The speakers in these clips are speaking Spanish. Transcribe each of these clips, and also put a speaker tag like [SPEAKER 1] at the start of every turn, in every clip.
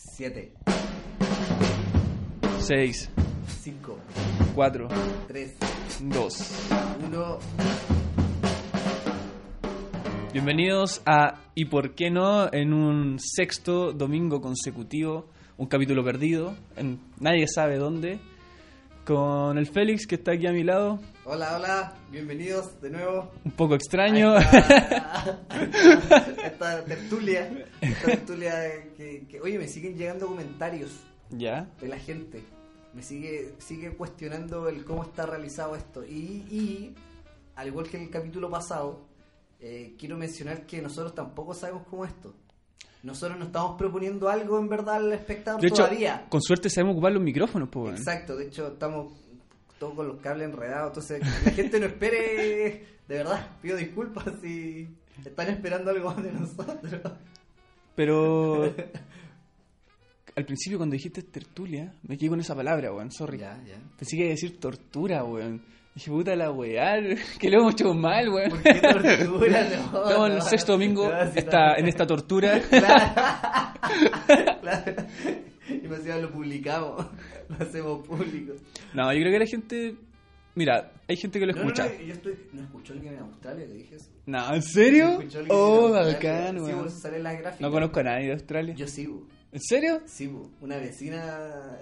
[SPEAKER 1] 7,
[SPEAKER 2] 6,
[SPEAKER 1] 5,
[SPEAKER 2] 4,
[SPEAKER 1] 3,
[SPEAKER 2] 2.
[SPEAKER 1] 1.
[SPEAKER 2] Bienvenidos a ¿Y por qué no? en un sexto domingo consecutivo, un capítulo perdido, en nadie sabe dónde, con el Félix que está aquí a mi lado,
[SPEAKER 1] Hola, hola, bienvenidos de nuevo.
[SPEAKER 2] un poco extraño.
[SPEAKER 1] A esta, a esta tertulia. Esta tertulia que, que- Oye, me siguen llegando comentarios
[SPEAKER 2] ya,
[SPEAKER 1] de la gente. Me sigue, sigue cuestionando el cómo está realizado esto. Y, y, al igual que en el capítulo pasado, eh, quiero mencionar que nosotros tampoco sabemos cómo es esto. Nosotros no estamos proponiendo algo en verdad al espectador
[SPEAKER 2] de hecho,
[SPEAKER 1] todavía.
[SPEAKER 2] con suerte sabemos ocupar los micrófonos, pues. weón.
[SPEAKER 1] Exacto, de hecho estamos todos con los cables enredados, entonces que la gente no espere, de verdad, pido disculpas si están esperando algo más de nosotros.
[SPEAKER 2] Pero al principio cuando dijiste tertulia, me quedé con esa palabra, weón, sorry.
[SPEAKER 1] Ya, ya.
[SPEAKER 2] Pensé que iba a decir tortura, weón. Dije, puta la weá, que lo hemos hecho mal, weón.
[SPEAKER 1] ¿Por qué tortura? No,
[SPEAKER 2] Estamos
[SPEAKER 1] no.
[SPEAKER 2] en el sexto domingo,
[SPEAKER 1] No, si
[SPEAKER 2] esta-
[SPEAKER 1] no.
[SPEAKER 2] en esta tortura.
[SPEAKER 1] Claro. claro. Y más encima lo publicamos, lo hacemos público.
[SPEAKER 2] No, yo creo que la gente. Mira, hay gente que lo
[SPEAKER 1] No, no,
[SPEAKER 2] escucha.
[SPEAKER 1] no, yo estoy, no escuchó alguien en Australia, te dije eso.
[SPEAKER 2] No, ¿en serio?
[SPEAKER 1] Escuchó alguien
[SPEAKER 2] Oh,
[SPEAKER 1] en Australia.
[SPEAKER 2] bacán,
[SPEAKER 1] Sí,
[SPEAKER 2] weón.
[SPEAKER 1] vos, sale en las gráficas.
[SPEAKER 2] No conozco a nadie de Australia.
[SPEAKER 1] Yo sigo.
[SPEAKER 2] ¿En serio?
[SPEAKER 1] Sí, po, una vecina,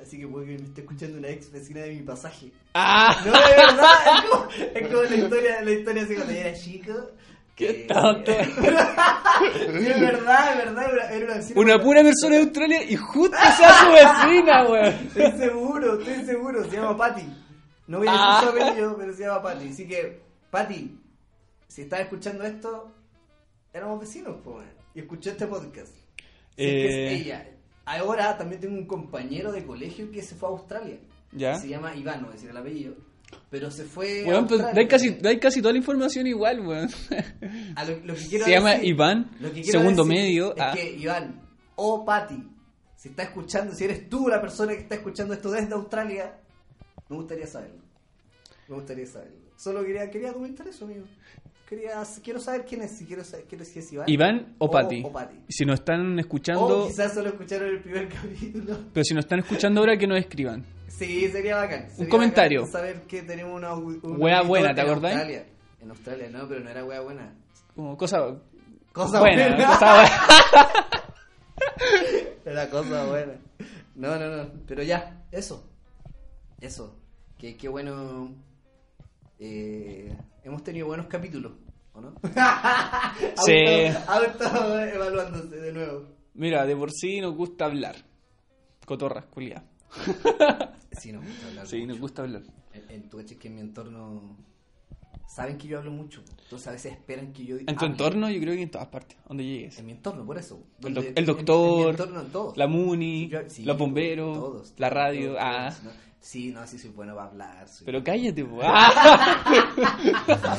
[SPEAKER 1] así que puede que me esté escuchando una ex vecina de mi pasaje.
[SPEAKER 2] ¡Ah!
[SPEAKER 1] No, de verdad, es como, es como la historia, la historia así cuando yo era chico.
[SPEAKER 2] ¡Qué
[SPEAKER 1] que-
[SPEAKER 2] tonto!
[SPEAKER 1] Sí, es verdad, es verdad, era- era una vecina.
[SPEAKER 2] Una pura persona de Australia y justo sea su vecina, weón.
[SPEAKER 1] Estoy seguro, estoy seguro, se llama Patty. No voy a
[SPEAKER 2] Ah.
[SPEAKER 1] decir su apellido, pero se llama Patty. Así que, Patty, si estás escuchando esto, éramos vecinos, po, man. y escuché este podcast. Si es que
[SPEAKER 2] Eh.
[SPEAKER 1] es ella. Ahora también tengo un compañero de colegio que se fue a Australia.
[SPEAKER 2] ¿Ya?
[SPEAKER 1] Se llama Iván, no voy a decir el apellido. Pero se fue. a
[SPEAKER 2] Weón, pues,
[SPEAKER 1] Australia.
[SPEAKER 2] dais casi, dais casi toda la información igual, weón.
[SPEAKER 1] A lo- lo que
[SPEAKER 2] Se
[SPEAKER 1] quiero
[SPEAKER 2] llama
[SPEAKER 1] decir-
[SPEAKER 2] Iván,
[SPEAKER 1] lo que quiero
[SPEAKER 2] segundo
[SPEAKER 1] decir
[SPEAKER 2] medio.
[SPEAKER 1] Es
[SPEAKER 2] ah.
[SPEAKER 1] que Iván o Patti, si está escuchando, si eres tú la persona que está escuchando esto desde Australia, me gustaría saberlo. Me gustaría saberlo. Solo quería, quería comentar eso, amigo. Quería, quiero saber quién es, si quiero saber, quiero si es Iván.
[SPEAKER 2] Iván o Pati.
[SPEAKER 1] O, Patti.
[SPEAKER 2] Si nos están
[SPEAKER 1] O
[SPEAKER 2] escuchando,
[SPEAKER 1] quizás solo escucharon el primer capítulo.
[SPEAKER 2] pero si nos están escuchando ahora, que nos escriban.
[SPEAKER 1] Sí, sería bacán. sería
[SPEAKER 2] comentario.
[SPEAKER 1] bacán saber que tenemos una. una
[SPEAKER 2] Wea buena, ¿te acordás?
[SPEAKER 1] En Australia. En Australia, no, pero no era wea buena.
[SPEAKER 2] Como cosa,
[SPEAKER 1] Cosa
[SPEAKER 2] buena,
[SPEAKER 1] buena.
[SPEAKER 2] cosa buena.
[SPEAKER 1] Era cosa buena. No, no, no. Pero ya, eso. Eso. Que, que bueno. eh, hemos tenido buenos capítulos, ¿o no?
[SPEAKER 2] Sí.
[SPEAKER 1] Ha estado evaluándose de nuevo.
[SPEAKER 2] Mira, de por sí nos gusta hablar. Cotorras, culia.
[SPEAKER 1] Sí, nos gusta hablar.
[SPEAKER 2] Sí, nos
[SPEAKER 1] mucho.
[SPEAKER 2] gusta hablar.
[SPEAKER 1] En, en tu hecho es que en mi entorno. Saben que yo hablo mucho. Entonces a veces esperan que yo.
[SPEAKER 2] En tu
[SPEAKER 1] hable.
[SPEAKER 2] entorno, yo creo que en todas partes, donde llegues.
[SPEAKER 1] Ah, En mi entorno, por eso.
[SPEAKER 2] El, doc-
[SPEAKER 1] Donde-
[SPEAKER 2] el
[SPEAKER 1] en- En, mi
[SPEAKER 2] doctor,
[SPEAKER 1] entorno, en todos.
[SPEAKER 2] la MUNI,
[SPEAKER 1] Yo- sí,
[SPEAKER 2] los
[SPEAKER 1] yo-
[SPEAKER 2] bomberos,
[SPEAKER 1] todos,
[SPEAKER 2] la
[SPEAKER 1] todos,
[SPEAKER 2] radio.
[SPEAKER 1] todos,
[SPEAKER 2] ah,
[SPEAKER 1] todos, ¿no? Sí, no, sí soy bueno para hablar. soy-
[SPEAKER 2] pero cállate, po. Ah.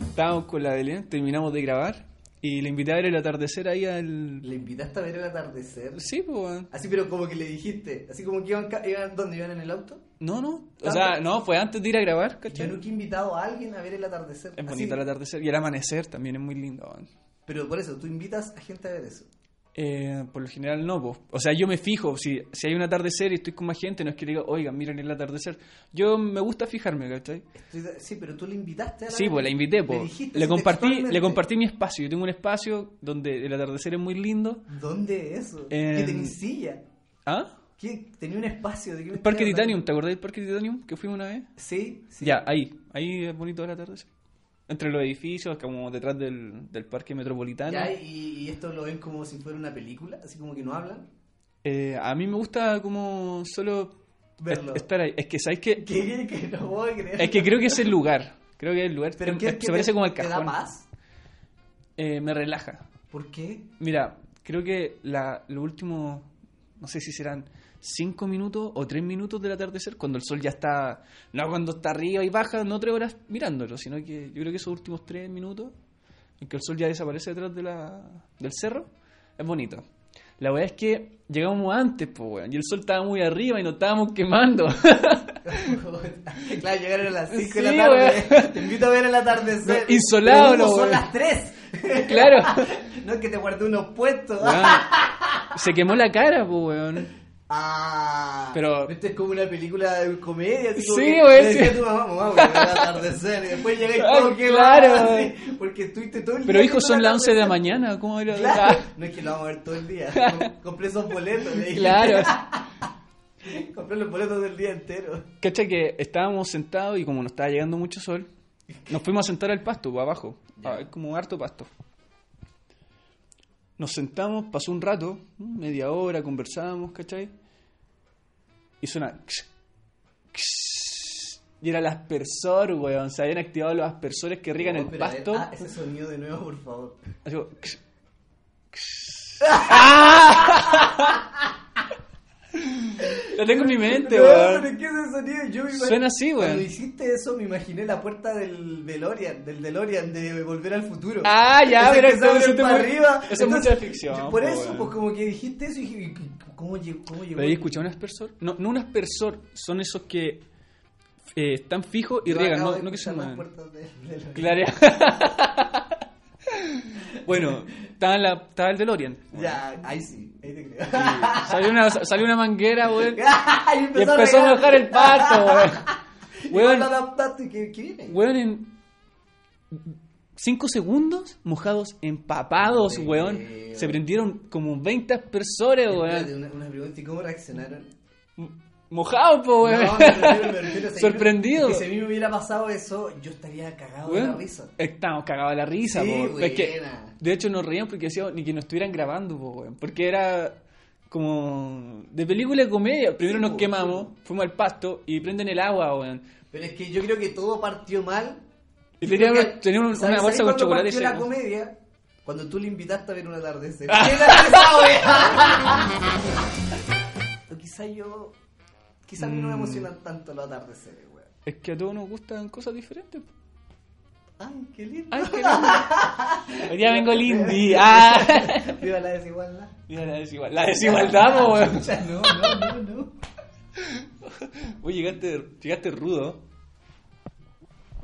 [SPEAKER 2] Estábamos con la Belén, terminamos de grabar y le invité a ver el atardecer ahí al.
[SPEAKER 1] ¿Le invitaste a ver el atardecer?
[SPEAKER 2] Sí, pues.
[SPEAKER 1] Así, pero como que le dijiste. Así como que iban, ca- iban ¿dónde iban en el auto.
[SPEAKER 2] No, no. O sea, no, fue antes de ir a grabar,
[SPEAKER 1] Yo
[SPEAKER 2] ¿cachai?
[SPEAKER 1] nunca he invitado a alguien a ver el atardecer.
[SPEAKER 2] Es
[SPEAKER 1] Así,
[SPEAKER 2] bonito el atardecer y el amanecer también es muy lindo, weón.
[SPEAKER 1] Pero por eso, tú invitas a gente a ver eso.
[SPEAKER 2] Eh, por lo general no, po. o sea, yo me fijo, si, si hay un atardecer y estoy con más gente, no es que diga, oigan, miren el atardecer. Yo me gusta fijarme, ¿cachai?
[SPEAKER 1] Estoy de- Sí, pero tú le invitaste a la
[SPEAKER 2] Sí, pues la invité, po.
[SPEAKER 1] Le,
[SPEAKER 2] Le,
[SPEAKER 1] dijiste así
[SPEAKER 2] compartí,
[SPEAKER 1] textualmente.
[SPEAKER 2] le compartí mi espacio. Yo tengo un espacio donde el atardecer es muy lindo.
[SPEAKER 1] ¿Dónde es eso?
[SPEAKER 2] En-
[SPEAKER 1] Que tenía silla.
[SPEAKER 2] ¿Ah?
[SPEAKER 1] Que tenía un espacio. ¿De qué me
[SPEAKER 2] El Parque
[SPEAKER 1] estás hablando?
[SPEAKER 2] Titanium, ¿te acordás del Parque Titanium que fuimos una vez?
[SPEAKER 1] Sí, sí.
[SPEAKER 2] Ya, ahí, ahí es bonito el atardecer. Entre los edificios, como detrás del, del Parque Metropolitano.
[SPEAKER 1] Ya, y, y esto lo ven como si fuera una película, así como que no hablan.
[SPEAKER 2] Eh, a mí me gusta como solo
[SPEAKER 1] Verlo.
[SPEAKER 2] est- estar ahí. Es que, ¿sabes qué?
[SPEAKER 1] ¿Qué? Que no puedo creer.
[SPEAKER 2] Es que creo que es el lugar. Creo que es el lugar.
[SPEAKER 1] ¿Pero
[SPEAKER 2] Es-
[SPEAKER 1] qué-
[SPEAKER 2] se
[SPEAKER 1] qué
[SPEAKER 2] parece
[SPEAKER 1] te-
[SPEAKER 2] como el
[SPEAKER 1] ¿Te
[SPEAKER 2] cajón.
[SPEAKER 1] da paz?
[SPEAKER 2] Eh, me relaja.
[SPEAKER 1] ¿Por qué?
[SPEAKER 2] Mira, creo que la, lo último, no sé si serán cinco minutos o tres minutos del atardecer, cuando el sol ya está, no cuando está arriba y baja, no tres horas mirándolo, sino que yo creo que esos últimos tres minutos, en que el sol ya desaparece detrás de la, del cerro, es bonito. La verdad es que llegamos antes, pues, weón, y el sol estaba muy arriba y nos estábamos quemando.
[SPEAKER 1] claro, llegaron a las 5 de
[SPEAKER 2] Sí,
[SPEAKER 1] la tarde. Te invito a ver el atardecer.
[SPEAKER 2] No, insolado,
[SPEAKER 1] Pero
[SPEAKER 2] no,
[SPEAKER 1] Son
[SPEAKER 2] weón.
[SPEAKER 1] las 3.
[SPEAKER 2] claro.
[SPEAKER 1] no es que te guardé unos puestos.
[SPEAKER 2] Weón, Se quemó la cara, pues, weón.
[SPEAKER 1] Ah,
[SPEAKER 2] Pero-
[SPEAKER 1] esto es como una película de comedia. así como
[SPEAKER 2] Sí,
[SPEAKER 1] que
[SPEAKER 2] güey,
[SPEAKER 1] le decía
[SPEAKER 2] sí.
[SPEAKER 1] a tu mamá, mamá, porque va a atardecer. Y después llegáis
[SPEAKER 2] Ah,
[SPEAKER 1] todo que
[SPEAKER 2] claro.
[SPEAKER 1] porque estuviste todo el día.
[SPEAKER 2] Pero hijo,
[SPEAKER 1] viendo
[SPEAKER 2] son
[SPEAKER 1] el
[SPEAKER 2] las 11 de la
[SPEAKER 1] atardecer.
[SPEAKER 2] mañana, ¿cómo era?
[SPEAKER 1] Claro. No es que lo vamos a ver todo el día. Compré esos boletos. le dije.
[SPEAKER 2] Claro.
[SPEAKER 1] Compré los boletos del día entero.
[SPEAKER 2] Cacha que estábamos sentados y como nos estaba llegando mucho sol, nos fuimos a sentar al pasto, para abajo.
[SPEAKER 1] Ya.
[SPEAKER 2] Ah, como harto pasto. Nos sentamos, pasó un rato, media hora, conversábamos, ¿cachai? Y suena... ks, ks, Y era el aspersor, weón. Se habían activado los aspersores que riegan
[SPEAKER 1] No,
[SPEAKER 2] el
[SPEAKER 1] pero a ver,
[SPEAKER 2] pasto.
[SPEAKER 1] ah, ese sonido de nuevo, por favor.
[SPEAKER 2] Así como, ks, ks. Lo tengo en mi mente,
[SPEAKER 1] ¡Ah! no,
[SPEAKER 2] weón.
[SPEAKER 1] pero ¿qué es ese sonido? Yo me imag-
[SPEAKER 2] Suena así, weón.
[SPEAKER 1] Cuando hiciste eso, me imaginé la puerta del DeLorean, del DeLorean de Volver al Futuro.
[SPEAKER 2] Ah, ya,
[SPEAKER 1] Esa
[SPEAKER 2] pero
[SPEAKER 1] que
[SPEAKER 2] eso
[SPEAKER 1] se abre
[SPEAKER 2] eso te
[SPEAKER 1] para
[SPEAKER 2] puede-
[SPEAKER 1] arriba.
[SPEAKER 2] Eso es
[SPEAKER 1] Entonces,
[SPEAKER 2] mucha ficción.
[SPEAKER 1] yo- Por
[SPEAKER 2] po,
[SPEAKER 1] eso,
[SPEAKER 2] weón.
[SPEAKER 1] pues como que dijiste eso y dije, ¿cómo llegó? ¿Cómo llegó?
[SPEAKER 2] ¿Pero ahí escuchado un aspersor? No, no un aspersor, son esos que eh, están fijos y
[SPEAKER 1] Yo
[SPEAKER 2] riegan,
[SPEAKER 1] acabo
[SPEAKER 2] no,
[SPEAKER 1] de
[SPEAKER 2] no que se
[SPEAKER 1] escuchar las
[SPEAKER 2] muevan.
[SPEAKER 1] puertas del DeLorean.
[SPEAKER 2] Claro. bueno, estaba, en la, estaba el DeLorean.
[SPEAKER 1] Ya, ahí sí, ahí te creo.
[SPEAKER 2] Y Salió una, salió una manguera, weón.
[SPEAKER 1] y
[SPEAKER 2] Y empezó a mojar el pasto, weón.
[SPEAKER 1] Weón,
[SPEAKER 2] Weón,
[SPEAKER 1] adaptaste, ¿qué, qué viene?
[SPEAKER 2] weón, en 5 segundos, mojados, empapados,
[SPEAKER 1] Sí,
[SPEAKER 2] weón.
[SPEAKER 1] weón.
[SPEAKER 2] Se prendieron como 20 aspersores,
[SPEAKER 1] Espérate,
[SPEAKER 2] weón.
[SPEAKER 1] Una, una pregunta, ¿y cómo reaccionaron?
[SPEAKER 2] Mojados, po, weón.
[SPEAKER 1] No, me refiero- me refiero a seguir-
[SPEAKER 2] Sorprendido.
[SPEAKER 1] que Si a mí me hubiera pasado eso, yo estaría cagado de la
[SPEAKER 2] Weón,
[SPEAKER 1] risa.
[SPEAKER 2] Estábamos cagados de la risa,
[SPEAKER 1] Sí,
[SPEAKER 2] po. Es que,
[SPEAKER 1] buena.
[SPEAKER 2] de hecho, nos reíamos porque decíamos ni que nos estuvieran grabando, po, weón. Porque era como de película de comedia. Primero
[SPEAKER 1] Sí,
[SPEAKER 2] nos
[SPEAKER 1] po,
[SPEAKER 2] quemamos,
[SPEAKER 1] sí,
[SPEAKER 2] fuimos al pasto y prenden el agua, weón.
[SPEAKER 1] Pero es que yo creo que todo partió mal.
[SPEAKER 2] Y
[SPEAKER 1] Yo
[SPEAKER 2] teníamos,
[SPEAKER 1] creo que-
[SPEAKER 2] teníamos
[SPEAKER 1] ¿sabes-
[SPEAKER 2] una
[SPEAKER 1] sabes
[SPEAKER 2] bolsa con
[SPEAKER 1] cuándo
[SPEAKER 2] chocolate
[SPEAKER 1] partió la
[SPEAKER 2] seco.
[SPEAKER 1] comedia? Cuando tú le invitaste a ver un atardecer. ¿Qué era esa wea? O quizá yo... Quizá a mí no me
[SPEAKER 2] Mm.
[SPEAKER 1] emocionan tanto los atardeceres, weón.
[SPEAKER 2] Es que a todos nos gustan cosas diferentes. po.
[SPEAKER 1] Ay, qué lindo.
[SPEAKER 2] Ay, qué lindo. Hoy día vengo Lindy. Ah.
[SPEAKER 1] Viva la desigualdad.
[SPEAKER 2] Mira la desigualdad. La desigualdad, po, weón.
[SPEAKER 1] Chucha, No, no, no, no.
[SPEAKER 2] Vos llegaste, llegaste rudo.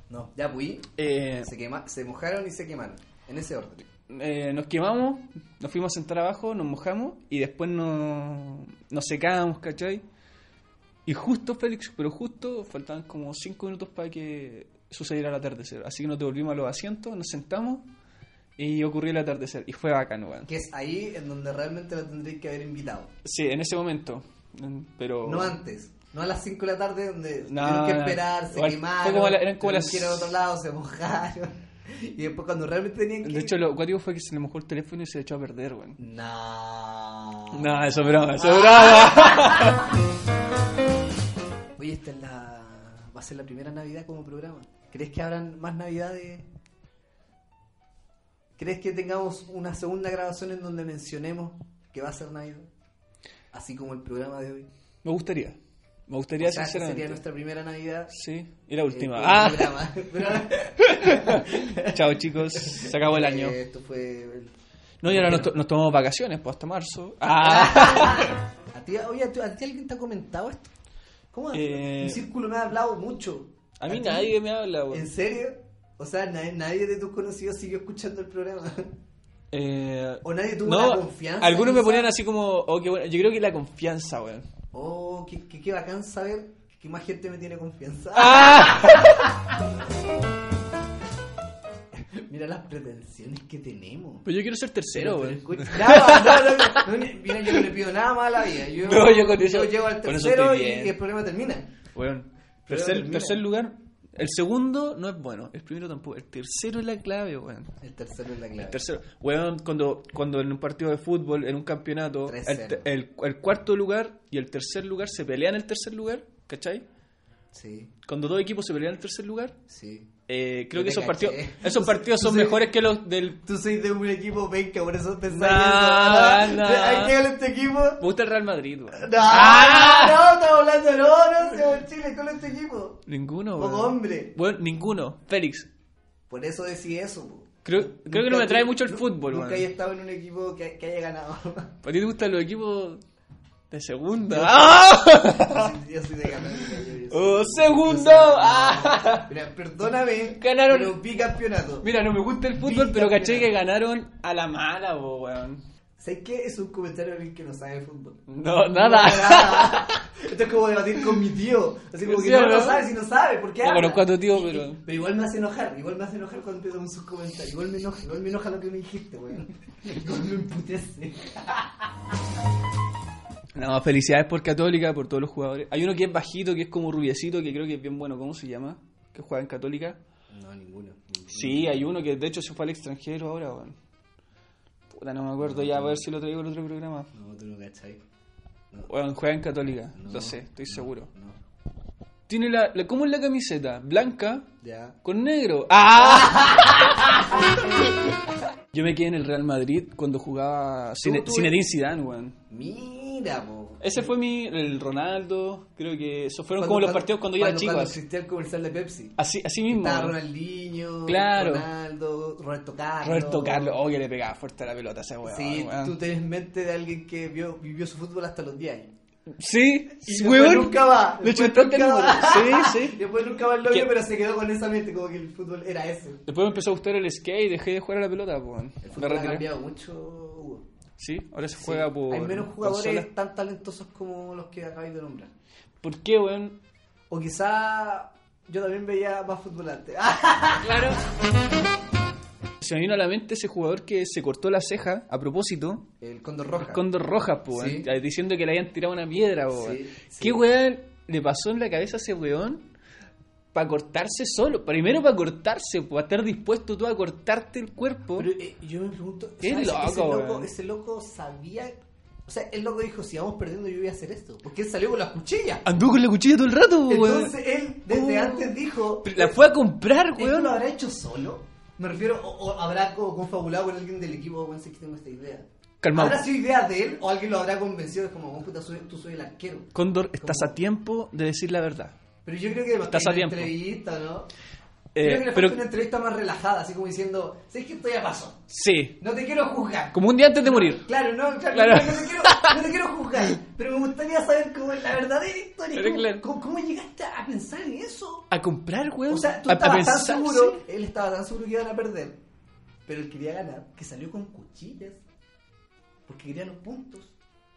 [SPEAKER 1] No, ya fui.
[SPEAKER 2] Eh,
[SPEAKER 1] Se, quema, se mojaron y se quemaron. En ese orden.
[SPEAKER 2] Eh, nos quemamos, nos fuimos a sentar abajo, nos mojamos y después nos, nos secábamos, ¿cachai? Y justo, Félix, pero justo, faltaban como 5 minutos para que sucediera el atardecer. Así que nos devolvimos a los asientos, nos sentamos y ocurrió el atardecer. Y fue bacano, weón.
[SPEAKER 1] Que es ahí en donde realmente lo tendréis que haber invitado.
[SPEAKER 2] Sí, en ese momento. mm, Pero.
[SPEAKER 1] No antes. No a las 5 de la tarde donde
[SPEAKER 2] No,
[SPEAKER 1] tuvieron que
[SPEAKER 2] no.
[SPEAKER 1] esperar, se
[SPEAKER 2] Igual, fue
[SPEAKER 1] quemaron.
[SPEAKER 2] como la- eran como
[SPEAKER 1] tuvieron
[SPEAKER 2] las-
[SPEAKER 1] que ir a otro lado, se mojaron. Y después cuando realmente tenían que...
[SPEAKER 2] de hecho, lo cuático fue que se le mojó el teléfono y se le echó a perder, weón.
[SPEAKER 1] No.
[SPEAKER 2] No, eso es broma, eso es broma.
[SPEAKER 1] Oye, esta es la... Va a ser la primera Navidad como programa. ¿Crees que habrán más Navidades? ¿Crees que tengamos una segunda grabación en donde mencionemos que va a ser Navidad? Así como el programa de hoy.
[SPEAKER 2] Me gustaría. Me gustaría,
[SPEAKER 1] O sea, esta
[SPEAKER 2] sinceramente.
[SPEAKER 1] sería nuestra primera Navidad.
[SPEAKER 2] Sí, y la última.
[SPEAKER 1] eh, como
[SPEAKER 2] ah,
[SPEAKER 1] programa.
[SPEAKER 2] Chao chicos, se acabó el año.
[SPEAKER 1] Eh, esto fue. el-
[SPEAKER 2] No, y ahora nos, to- nos tomamos vacaciones, pues hasta marzo. Ah,
[SPEAKER 1] ¿A ti, oye, ¿a ti, a ti alguien te ha comentado esto? ¿Cómo?
[SPEAKER 2] Eh,
[SPEAKER 1] Mi círculo me ha hablado mucho.
[SPEAKER 2] a mí
[SPEAKER 1] ti?
[SPEAKER 2] nadie me habla, weón.
[SPEAKER 1] ¿En serio? O sea, nadie, nadie de tus conocidos siguió escuchando el programa.
[SPEAKER 2] Eh,
[SPEAKER 1] O nadie tuvo la confianza.
[SPEAKER 2] Algunos me
[SPEAKER 1] quizá.
[SPEAKER 2] ponían así como, oh, qué bueno. Yo creo que la confianza, weón.
[SPEAKER 1] Oh, qué, qué, qué bacán saber que más gente me tiene confianza.
[SPEAKER 2] Ah,
[SPEAKER 1] Mira las pretensiones que tenemos.
[SPEAKER 2] pero yo quiero ser tercero,
[SPEAKER 1] Pero
[SPEAKER 2] weón.
[SPEAKER 1] escucha- Nada, no, no, no, no, mira, yo no le pido nada más a la vida. Yo,
[SPEAKER 2] No, yo con eso-
[SPEAKER 1] llego al
[SPEAKER 2] con eso
[SPEAKER 1] tercero
[SPEAKER 2] estoy
[SPEAKER 1] y,
[SPEAKER 2] bien.
[SPEAKER 1] y el problema termina.
[SPEAKER 2] Weón.
[SPEAKER 1] Pero
[SPEAKER 2] Tercer,
[SPEAKER 1] termina.
[SPEAKER 2] tercer lugar, el segundo no es bueno, el primero tampoco, el tercero es la clave, weón.
[SPEAKER 1] El tercero es la clave.
[SPEAKER 2] El tercero, weón, cuando, cuando en un partido de fútbol, en un campeonato, el,
[SPEAKER 1] 3-0.
[SPEAKER 2] te- el- el cuarto lugar y el tercer lugar se pelean el tercer lugar, ¿cachai?
[SPEAKER 1] Sí,
[SPEAKER 2] Cuando dos equipos se pelean el tercer lugar,
[SPEAKER 1] sí.
[SPEAKER 2] Eh, creo
[SPEAKER 1] Yo
[SPEAKER 2] que
[SPEAKER 1] te
[SPEAKER 2] esos
[SPEAKER 1] caché.
[SPEAKER 2] partidos, esos
[SPEAKER 1] Entonces,
[SPEAKER 2] partidos son
[SPEAKER 1] entonces-
[SPEAKER 2] mejores que los del.
[SPEAKER 1] Tú sois de un equipo penca, por eso pensáis
[SPEAKER 2] Nah,
[SPEAKER 1] eso.
[SPEAKER 2] nah.
[SPEAKER 1] Hay que este equipo.
[SPEAKER 2] Me gusta el Real Madrid, weón.
[SPEAKER 1] No,
[SPEAKER 2] Ah.
[SPEAKER 1] no, estamos hablando, no, no, señor Chile, con este equipo.
[SPEAKER 2] Ninguno,
[SPEAKER 1] Poco
[SPEAKER 2] weón.
[SPEAKER 1] hombre.
[SPEAKER 2] Weón, ninguno. Félix.
[SPEAKER 1] Por eso decía eso. po.
[SPEAKER 2] Creo, creo que
[SPEAKER 1] Nunca
[SPEAKER 2] no me
[SPEAKER 1] tú-
[SPEAKER 2] atrae mucho el
[SPEAKER 1] nu-
[SPEAKER 2] fútbol,
[SPEAKER 1] Nunca he
[SPEAKER 2] weón.
[SPEAKER 1] estado en un equipo que, que haya ganado.
[SPEAKER 2] ¿A ti te gustan los equipos de segunda? ¡Ah!
[SPEAKER 1] Yo soy- yo soy de ganar. yo- yo soy-
[SPEAKER 2] ¡Oh,
[SPEAKER 1] yo
[SPEAKER 2] segundo!
[SPEAKER 1] soy-
[SPEAKER 2] ¡Ah!
[SPEAKER 1] Mira, perdóname.
[SPEAKER 2] Ganaron.
[SPEAKER 1] Pero vi campeonato.
[SPEAKER 2] Mira, no me gusta el fútbol,
[SPEAKER 1] Viste,
[SPEAKER 2] pero caché
[SPEAKER 1] mira.
[SPEAKER 2] que ganaron a la mala, po, weón.
[SPEAKER 1] ¿Sabes qué? Es un comentario de alguien que no sabe de fútbol.
[SPEAKER 2] No,
[SPEAKER 1] No,
[SPEAKER 2] nada.
[SPEAKER 1] nada. Esto es como debatir con mi tío. Así como que
[SPEAKER 2] Sí,
[SPEAKER 1] no,
[SPEAKER 2] ¿no?
[SPEAKER 1] no sabe si no sabe, ¿por qué
[SPEAKER 2] No
[SPEAKER 1] habla?
[SPEAKER 2] conozco a tu tío,
[SPEAKER 1] Y- y-
[SPEAKER 2] pero-
[SPEAKER 1] Pero igual me hace enojar, igual me hace enojar cuando empieza con sus comentarios. Igual me enoja, igual me enoja lo que me dijiste, weón. Igual me emputece.
[SPEAKER 2] No, felicidades por Católica, por todos los jugadores. Hay uno que es bajito, que es como rubiecito, que creo que es bien bueno. ¿Cómo se llama? Que juega en Católica.
[SPEAKER 1] No, ninguno.
[SPEAKER 2] Sí, hay uno que de hecho se fue al extranjero ahora, weón. Puta, no me acuerdo ya, a ver si lo traigo el otro programa.
[SPEAKER 1] No, tú no cachai.
[SPEAKER 2] Weón, juega en Católica,
[SPEAKER 1] No,
[SPEAKER 2] lo sé, estoy
[SPEAKER 1] no,
[SPEAKER 2] seguro.
[SPEAKER 1] No.
[SPEAKER 2] Tiene la, la- ¿Cómo es la camiseta? Blanca
[SPEAKER 1] Ya.
[SPEAKER 2] con negro. ¡Ah! Yo me quedé en el Real Madrid cuando jugaba Zine-
[SPEAKER 1] tú-
[SPEAKER 2] Zinedine Zidane, weón.
[SPEAKER 1] Mira, po.
[SPEAKER 2] Ese fue mi. El Ronaldo, creo que. Esos fueron
[SPEAKER 1] Cuando-
[SPEAKER 2] como los
[SPEAKER 1] cuando-
[SPEAKER 2] partidos cuando yo era
[SPEAKER 1] cuando-
[SPEAKER 2] chico.
[SPEAKER 1] Cuando
[SPEAKER 2] así-
[SPEAKER 1] existía el comercial de Pepsi.
[SPEAKER 2] Así, así mismo.
[SPEAKER 1] Estaba
[SPEAKER 2] weón.
[SPEAKER 1] Ronaldinho,
[SPEAKER 2] Claro.
[SPEAKER 1] Ronaldo, Roberto Carlos.
[SPEAKER 2] Roberto Carlos, oh, que le pegaba fuerte a la pelota a ese weón.
[SPEAKER 1] Sí,
[SPEAKER 2] weón.
[SPEAKER 1] tú tenés mente de alguien que vio, vivió su fútbol hasta los 10 años.
[SPEAKER 2] Sí,
[SPEAKER 1] Y
[SPEAKER 2] sí,
[SPEAKER 1] después
[SPEAKER 2] weón.
[SPEAKER 1] nunca va.
[SPEAKER 2] Le
[SPEAKER 1] después
[SPEAKER 2] chutó el
[SPEAKER 1] nunca
[SPEAKER 2] número.
[SPEAKER 1] va.
[SPEAKER 2] Sí, sí.
[SPEAKER 1] Después nunca va el novio,
[SPEAKER 2] Que-
[SPEAKER 1] pero se quedó con esa mente, como que el fútbol era ese.
[SPEAKER 2] Después me empezó a gustar el skate y dejé de jugar a la pelota, po, weón.
[SPEAKER 1] El
[SPEAKER 2] Me
[SPEAKER 1] fútbol ha
[SPEAKER 2] retiré.
[SPEAKER 1] cambiado mucho, Hugo.
[SPEAKER 2] Sí, ahora se
[SPEAKER 1] Sí,
[SPEAKER 2] juega por.
[SPEAKER 1] Hay menos jugadores
[SPEAKER 2] consola.
[SPEAKER 1] tan talentosos como los que acabáis de nombrar.
[SPEAKER 2] ¿Por qué, weón?
[SPEAKER 1] O quizá yo también veía más fútbol antes.
[SPEAKER 2] Claro. Se me vino a la mente ese jugador que se cortó la ceja a propósito.
[SPEAKER 1] El Condor Roja.
[SPEAKER 2] Condor Rojas, po, weón,
[SPEAKER 1] Sí.
[SPEAKER 2] diciendo que le habían tirado una piedra, po, weón.
[SPEAKER 1] Sí, sí.
[SPEAKER 2] ¿Qué weón le pasó en la cabeza a ese weón? Para cortarse solo. Primero para cortarse, para estar dispuesto tú a cortarte el cuerpo.
[SPEAKER 1] Pero eh, yo me pregunto,
[SPEAKER 2] Qué
[SPEAKER 1] ¿sabes?
[SPEAKER 2] loco,
[SPEAKER 1] ese, loco,
[SPEAKER 2] weón.
[SPEAKER 1] ese loco sabía... O sea, el loco dijo, si vamos perdiendo yo voy a hacer esto. Porque él salió con las cuchillas.
[SPEAKER 2] Anduvo con la cuchilla todo el rato, po, Ah, weón.
[SPEAKER 1] Entonces él desde
[SPEAKER 2] Oh.
[SPEAKER 1] antes dijo...
[SPEAKER 2] Pero La fue a comprar,
[SPEAKER 1] ¿Esto
[SPEAKER 2] weón.
[SPEAKER 1] lo habrá hecho solo? Me refiero, o, o habrá co- confabulado con alguien del equipo, bueno, sé que tengo esta idea.
[SPEAKER 2] Calmado.
[SPEAKER 1] ¿Habrá sido idea de él o alguien lo habrá convencido? Es como, bueno, puta, soy- tú soy el arquero.
[SPEAKER 2] Cóndor, estás a tiempo de decir la verdad.
[SPEAKER 1] Pero yo creo que le
[SPEAKER 2] Estás
[SPEAKER 1] falta una
[SPEAKER 2] a tiempo.
[SPEAKER 1] entrevista, ¿no?
[SPEAKER 2] Eh,
[SPEAKER 1] creo que le falta
[SPEAKER 2] pero
[SPEAKER 1] una entrevista más relajada, así como diciendo, sé que estoy a paso,
[SPEAKER 2] sí,
[SPEAKER 1] no te quiero juzgar.
[SPEAKER 2] como un día antes de morir.
[SPEAKER 1] Claro, no, claro,
[SPEAKER 2] Claro.
[SPEAKER 1] No, te quiero, no te quiero juzgar, pero me gustaría saber cómo es la verdadera historia.
[SPEAKER 2] Pero
[SPEAKER 1] ¿Cómo,
[SPEAKER 2] claro.
[SPEAKER 1] cómo- cómo llegaste a pensar en eso?
[SPEAKER 2] A comprar, weón.
[SPEAKER 1] O sea, tú
[SPEAKER 2] a, a
[SPEAKER 1] estabas tan
[SPEAKER 2] pensar,
[SPEAKER 1] seguro,
[SPEAKER 2] sí.
[SPEAKER 1] él estaba tan seguro que iban a perder, pero él quería ganar, que salió con cuchillas, porque quería los puntos.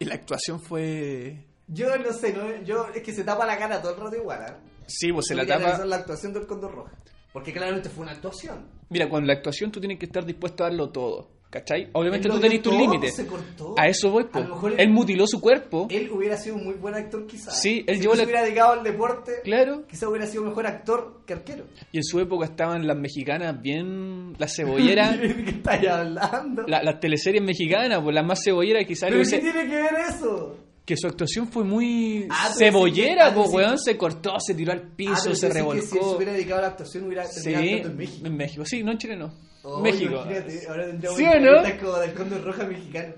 [SPEAKER 2] Y la actuación fue.
[SPEAKER 1] Yo no sé, no, yo es que se tapa la cara todo el rato igual, ¿eh?
[SPEAKER 2] Sí, pues se la
[SPEAKER 1] Tuve que
[SPEAKER 2] tapa.
[SPEAKER 1] analizar la actuación del Condor Roja, porque claramente fue una actuación.
[SPEAKER 2] Mira, con la actuación tú tienes que estar dispuesto a darlo todo. ¿Cachai? Obviamente
[SPEAKER 1] Él
[SPEAKER 2] tú
[SPEAKER 1] lo
[SPEAKER 2] tenés
[SPEAKER 1] dio
[SPEAKER 2] tus
[SPEAKER 1] todo,
[SPEAKER 2] límites.
[SPEAKER 1] se cortó.
[SPEAKER 2] A eso voy, po.
[SPEAKER 1] A lo mejor él,
[SPEAKER 2] Él mutiló su cuerpo.
[SPEAKER 1] él hubiera sido un muy buen actor quizás.
[SPEAKER 2] Sí, él
[SPEAKER 1] si
[SPEAKER 2] llevó
[SPEAKER 1] no
[SPEAKER 2] la-
[SPEAKER 1] se hubiera dedicado al deporte,
[SPEAKER 2] Claro.
[SPEAKER 1] quizás hubiera sido mejor actor que arquero.
[SPEAKER 2] Y en su época estaban las mexicanas bien. Las cebolleras.
[SPEAKER 1] ¿De qué estás hablando?
[SPEAKER 2] la- las teleseries mexicanas, pues las más cebolleras quizás.
[SPEAKER 1] ¿Pero
[SPEAKER 2] no
[SPEAKER 1] qué
[SPEAKER 2] hubiese-
[SPEAKER 1] tiene que ver eso?
[SPEAKER 2] Que su actuación fue muy
[SPEAKER 1] Ah, pero
[SPEAKER 2] cebollera,
[SPEAKER 1] sí que- ah,
[SPEAKER 2] po,
[SPEAKER 1] pero sí
[SPEAKER 2] weón. Se cortó, se tiró al
[SPEAKER 1] Ah,
[SPEAKER 2] piso,
[SPEAKER 1] pero
[SPEAKER 2] se
[SPEAKER 1] yo sé que Si él se
[SPEAKER 2] revolcó.
[SPEAKER 1] hubiera dedicado a la actuación, hubiera
[SPEAKER 2] Sí,
[SPEAKER 1] terminado actuando en México.
[SPEAKER 2] en México. Sí, no en Chile, no.
[SPEAKER 1] Oh,
[SPEAKER 2] México.
[SPEAKER 1] imagínate, ahora tendríamos
[SPEAKER 2] ¿Sí o no?
[SPEAKER 1] entrevistas como del Condor Roja mexicano.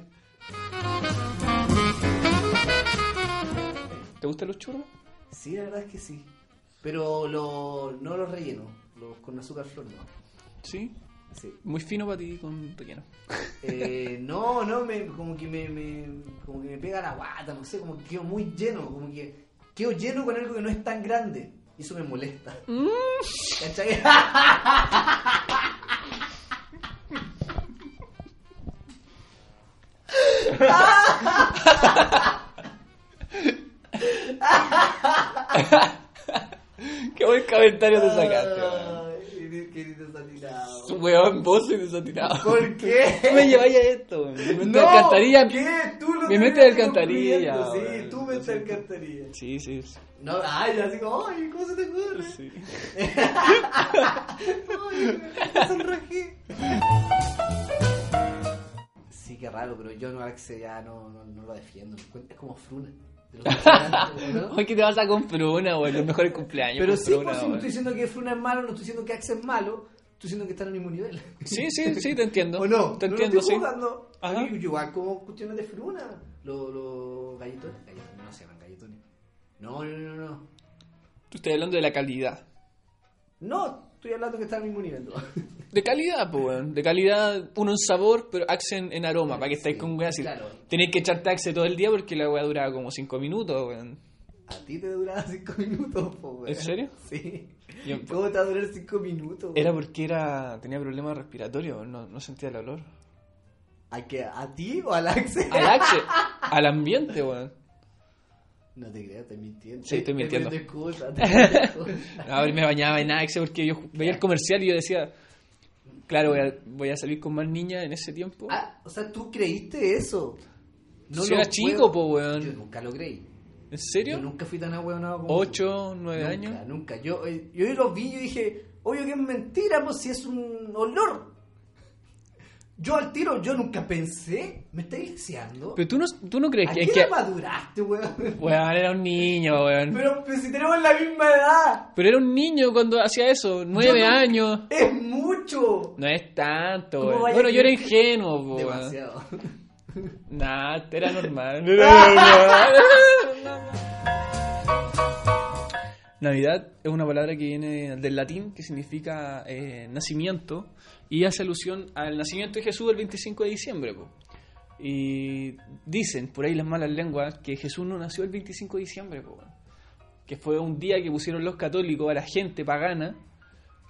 [SPEAKER 2] ¿Te gustan los churros?
[SPEAKER 1] Sí, la verdad es que sí. Pero lo, no los relleno, los con azúcar flor no.
[SPEAKER 2] Sí.
[SPEAKER 1] Sí.
[SPEAKER 2] Muy fino para ti con relleno.
[SPEAKER 1] Eh, no, no, me, como que me, me- como que me pega la guata, no sé, como que quedo muy lleno, como que quedo lleno con algo que no es tan grande. Y eso me molesta.
[SPEAKER 2] Mm.
[SPEAKER 1] ¿Cachai?
[SPEAKER 2] Qué buen comentario te sacaste, weón.
[SPEAKER 1] Ay, qué desatinado.
[SPEAKER 2] Ah. Weón, vos sois desatinado.
[SPEAKER 1] ¿Por qué?
[SPEAKER 2] ¿Qué me lleváis a esto, weón? Me meto
[SPEAKER 1] No,
[SPEAKER 2] alcantarilla.
[SPEAKER 1] ¿Qué? Tú lo
[SPEAKER 2] Me
[SPEAKER 1] tenías
[SPEAKER 2] mete alcantarilla,
[SPEAKER 1] concluyendo, Sí,
[SPEAKER 2] weón.
[SPEAKER 1] tú metes
[SPEAKER 2] Lo siento.
[SPEAKER 1] alcantarilla.
[SPEAKER 2] Sí, sí. sí.
[SPEAKER 1] No, ay, así como, ay, ¿cómo se te ocurre?
[SPEAKER 2] sí.
[SPEAKER 1] Ay, me sonrojé. Sí, qué raro, pero yo no Alex ya no, no, no lo defiendo. lo encuentro- Es como fruna. de los integrantes, ¿no?
[SPEAKER 2] Hoy que te vas a comprar una, weón. Los mejores cumpleaños.
[SPEAKER 1] Pero
[SPEAKER 2] con
[SPEAKER 1] sí,
[SPEAKER 2] Fruna,
[SPEAKER 1] por si no
[SPEAKER 2] weón.
[SPEAKER 1] estoy diciendo que Fruna es malo, no estoy diciendo que Axel es malo, estoy diciendo que están al mismo nivel.
[SPEAKER 2] Sí, sí, sí, te entiendo.
[SPEAKER 1] ¿O no?
[SPEAKER 2] Te
[SPEAKER 1] no
[SPEAKER 2] entiendo,
[SPEAKER 1] estoy
[SPEAKER 2] sí.
[SPEAKER 1] jugando.
[SPEAKER 2] Ajá.
[SPEAKER 1] Yo igual como cuestiones de fruna. Los lo, galletones. Galletones, no se llaman galletones. No, no, no, no.
[SPEAKER 2] Tú estás hablando de la calidad.
[SPEAKER 1] No, estoy hablando que está al mismo nivel. ¿no?
[SPEAKER 2] De calidad, pues, weón. De calidad, uno en sabor, pero Axe en, en aroma, para que estáis con weón así.
[SPEAKER 1] claro.
[SPEAKER 2] Tenéis que echarte Axe todo el día porque la weá duraba como 5 minutos, weón.
[SPEAKER 1] A ti te duraba 5 minutos, po, weón.
[SPEAKER 2] ¿En serio?
[SPEAKER 1] Sí.
[SPEAKER 2] Yo-
[SPEAKER 1] ¿Cómo te va a durar 5 minutos? weón?
[SPEAKER 2] Era porque era tenía problemas respiratorios, no, no sentía el olor.
[SPEAKER 1] ¿A, qué? ¿A ti o al Axel?
[SPEAKER 2] Al Axel, al ambiente, weón.
[SPEAKER 1] No te creo, estoy mintiendo.
[SPEAKER 2] Sí, estoy mintiendo.
[SPEAKER 1] Te metiendo excusa, te metiendo excusa.
[SPEAKER 2] No, pero me bañaba en Axe porque yo veía el comercial y yo decía, claro, voy a, voy a salir con más niñas en ese tiempo.
[SPEAKER 1] Ah, o sea, ¿tú creíste eso?
[SPEAKER 2] Si
[SPEAKER 1] lo
[SPEAKER 2] era chico,
[SPEAKER 1] puedo-
[SPEAKER 2] po, weón.
[SPEAKER 1] Yo nunca lo creí.
[SPEAKER 2] ¿En
[SPEAKER 1] Yo
[SPEAKER 2] serio?
[SPEAKER 1] nunca fui tan ahueonado como tú.
[SPEAKER 2] ¿Ocho, nueve
[SPEAKER 1] Nunca,
[SPEAKER 2] años?
[SPEAKER 1] Nunca. Yo, eh, yo lo vi y dije, obvio que es mentira, pues si es un olor. Yo al tiro, yo nunca pensé. ¿Me estáis deseando?
[SPEAKER 2] Pero tú no, tú no crees
[SPEAKER 1] ¿A
[SPEAKER 2] que...
[SPEAKER 1] qué
[SPEAKER 2] que-
[SPEAKER 1] edad maduraste, weón?
[SPEAKER 2] Weón, era un niño, weón.
[SPEAKER 1] Pero, pero si tenemos la misma edad.
[SPEAKER 2] Pero era un niño cuando hacía eso, nueve
[SPEAKER 1] nunca-
[SPEAKER 2] años.
[SPEAKER 1] Es mucho.
[SPEAKER 2] No es tanto,
[SPEAKER 1] ¿Cómo
[SPEAKER 2] weón.
[SPEAKER 1] vaya
[SPEAKER 2] Bueno,
[SPEAKER 1] a
[SPEAKER 2] yo era
[SPEAKER 1] creer
[SPEAKER 2] ingenuo, po, weón.
[SPEAKER 1] Demasiado.
[SPEAKER 2] Nah, era normal. Era normal. Navidad es una palabra que viene del latín que significa eh, nacimiento y hace alusión al nacimiento de Jesús el 25 de diciembre. po. Y dicen por ahí las malas lenguas que Jesús no nació el 25 de diciembre, po, weón. que fue un día que pusieron los católicos a la gente pagana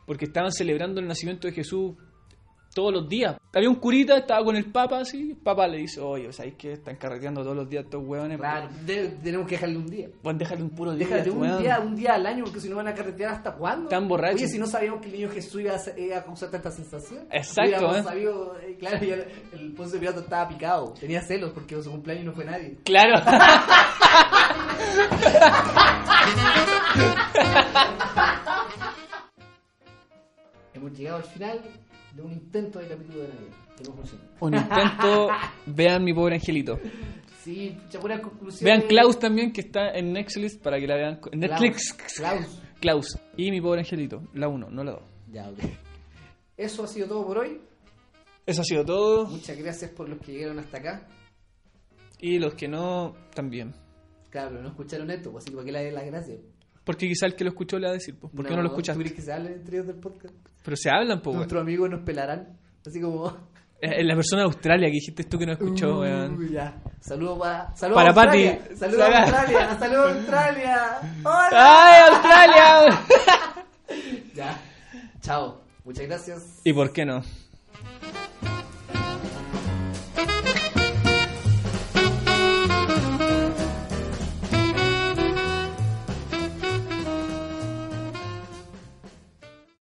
[SPEAKER 2] porque estaban celebrando el nacimiento de Jesús todos los días. Había un curita, estaba con el papa así, el papa le dice, oye, ¿sabéis que están carreteando todos los días estos hueones?
[SPEAKER 1] Claro, de- tenemos que dejarle un día.
[SPEAKER 2] Bueno, déjale un puro día.
[SPEAKER 1] Déjale un
[SPEAKER 2] weón".
[SPEAKER 1] día, un día al año, porque si no van a carretear hasta cuándo.
[SPEAKER 2] Tan borrachos.
[SPEAKER 1] Oye, si no sabíamos que el niño Jesús iba a, ser- iba a causar tanta sensación.
[SPEAKER 2] Exacto,
[SPEAKER 1] Hubiéramos
[SPEAKER 2] ¿eh?
[SPEAKER 1] sabido, eh, claro, y el, el ponce de pirata estaba picado. Tenía celos porque su cumpleaños no fue nadie.
[SPEAKER 2] Claro.
[SPEAKER 1] Hemos llegado al final de un intento de capítulo de Navidad. Que no funcionó.
[SPEAKER 2] un intento. Vean mi pobre angelito.
[SPEAKER 1] Sí, muchas buenas conclusiones.
[SPEAKER 2] Vean Klaus también, que está en Netflix para que la vean.
[SPEAKER 1] Klaus,
[SPEAKER 2] en Netflix.
[SPEAKER 1] Klaus.
[SPEAKER 2] Klaus. Y mi pobre angelito. La 1, no la 2.
[SPEAKER 1] Ya, ok. Eso ha sido todo por hoy.
[SPEAKER 2] Eso ha sido todo.
[SPEAKER 1] Muchas gracias por los que llegaron hasta acá.
[SPEAKER 2] Y los que no, también.
[SPEAKER 1] Claro, pero no escucharon esto, pues, así que para qué le den las gracias.
[SPEAKER 2] Porque quizá el que lo escuchó le va a decir, pues, ¿por qué no, lo escuchas?
[SPEAKER 1] ¿Tú crees que se hablen entre ellos del podcast?
[SPEAKER 2] Pero se hablan, pues, weón.
[SPEAKER 1] Nuestros amigos nos pelarán. Así como.
[SPEAKER 2] Eh, La persona de Australia que dijiste tú que no escuchó,
[SPEAKER 1] Uh,
[SPEAKER 2] weón.
[SPEAKER 1] ya. Saludos para. Saludos
[SPEAKER 2] Para
[SPEAKER 1] a Australia.
[SPEAKER 2] Pati.
[SPEAKER 1] Saludos a
[SPEAKER 2] Saga.
[SPEAKER 1] Australia. Saludos a Australia. Hola.
[SPEAKER 2] ¡Ay, Australia!
[SPEAKER 1] Ya. Chao. Muchas gracias.
[SPEAKER 2] ¿Y por qué no?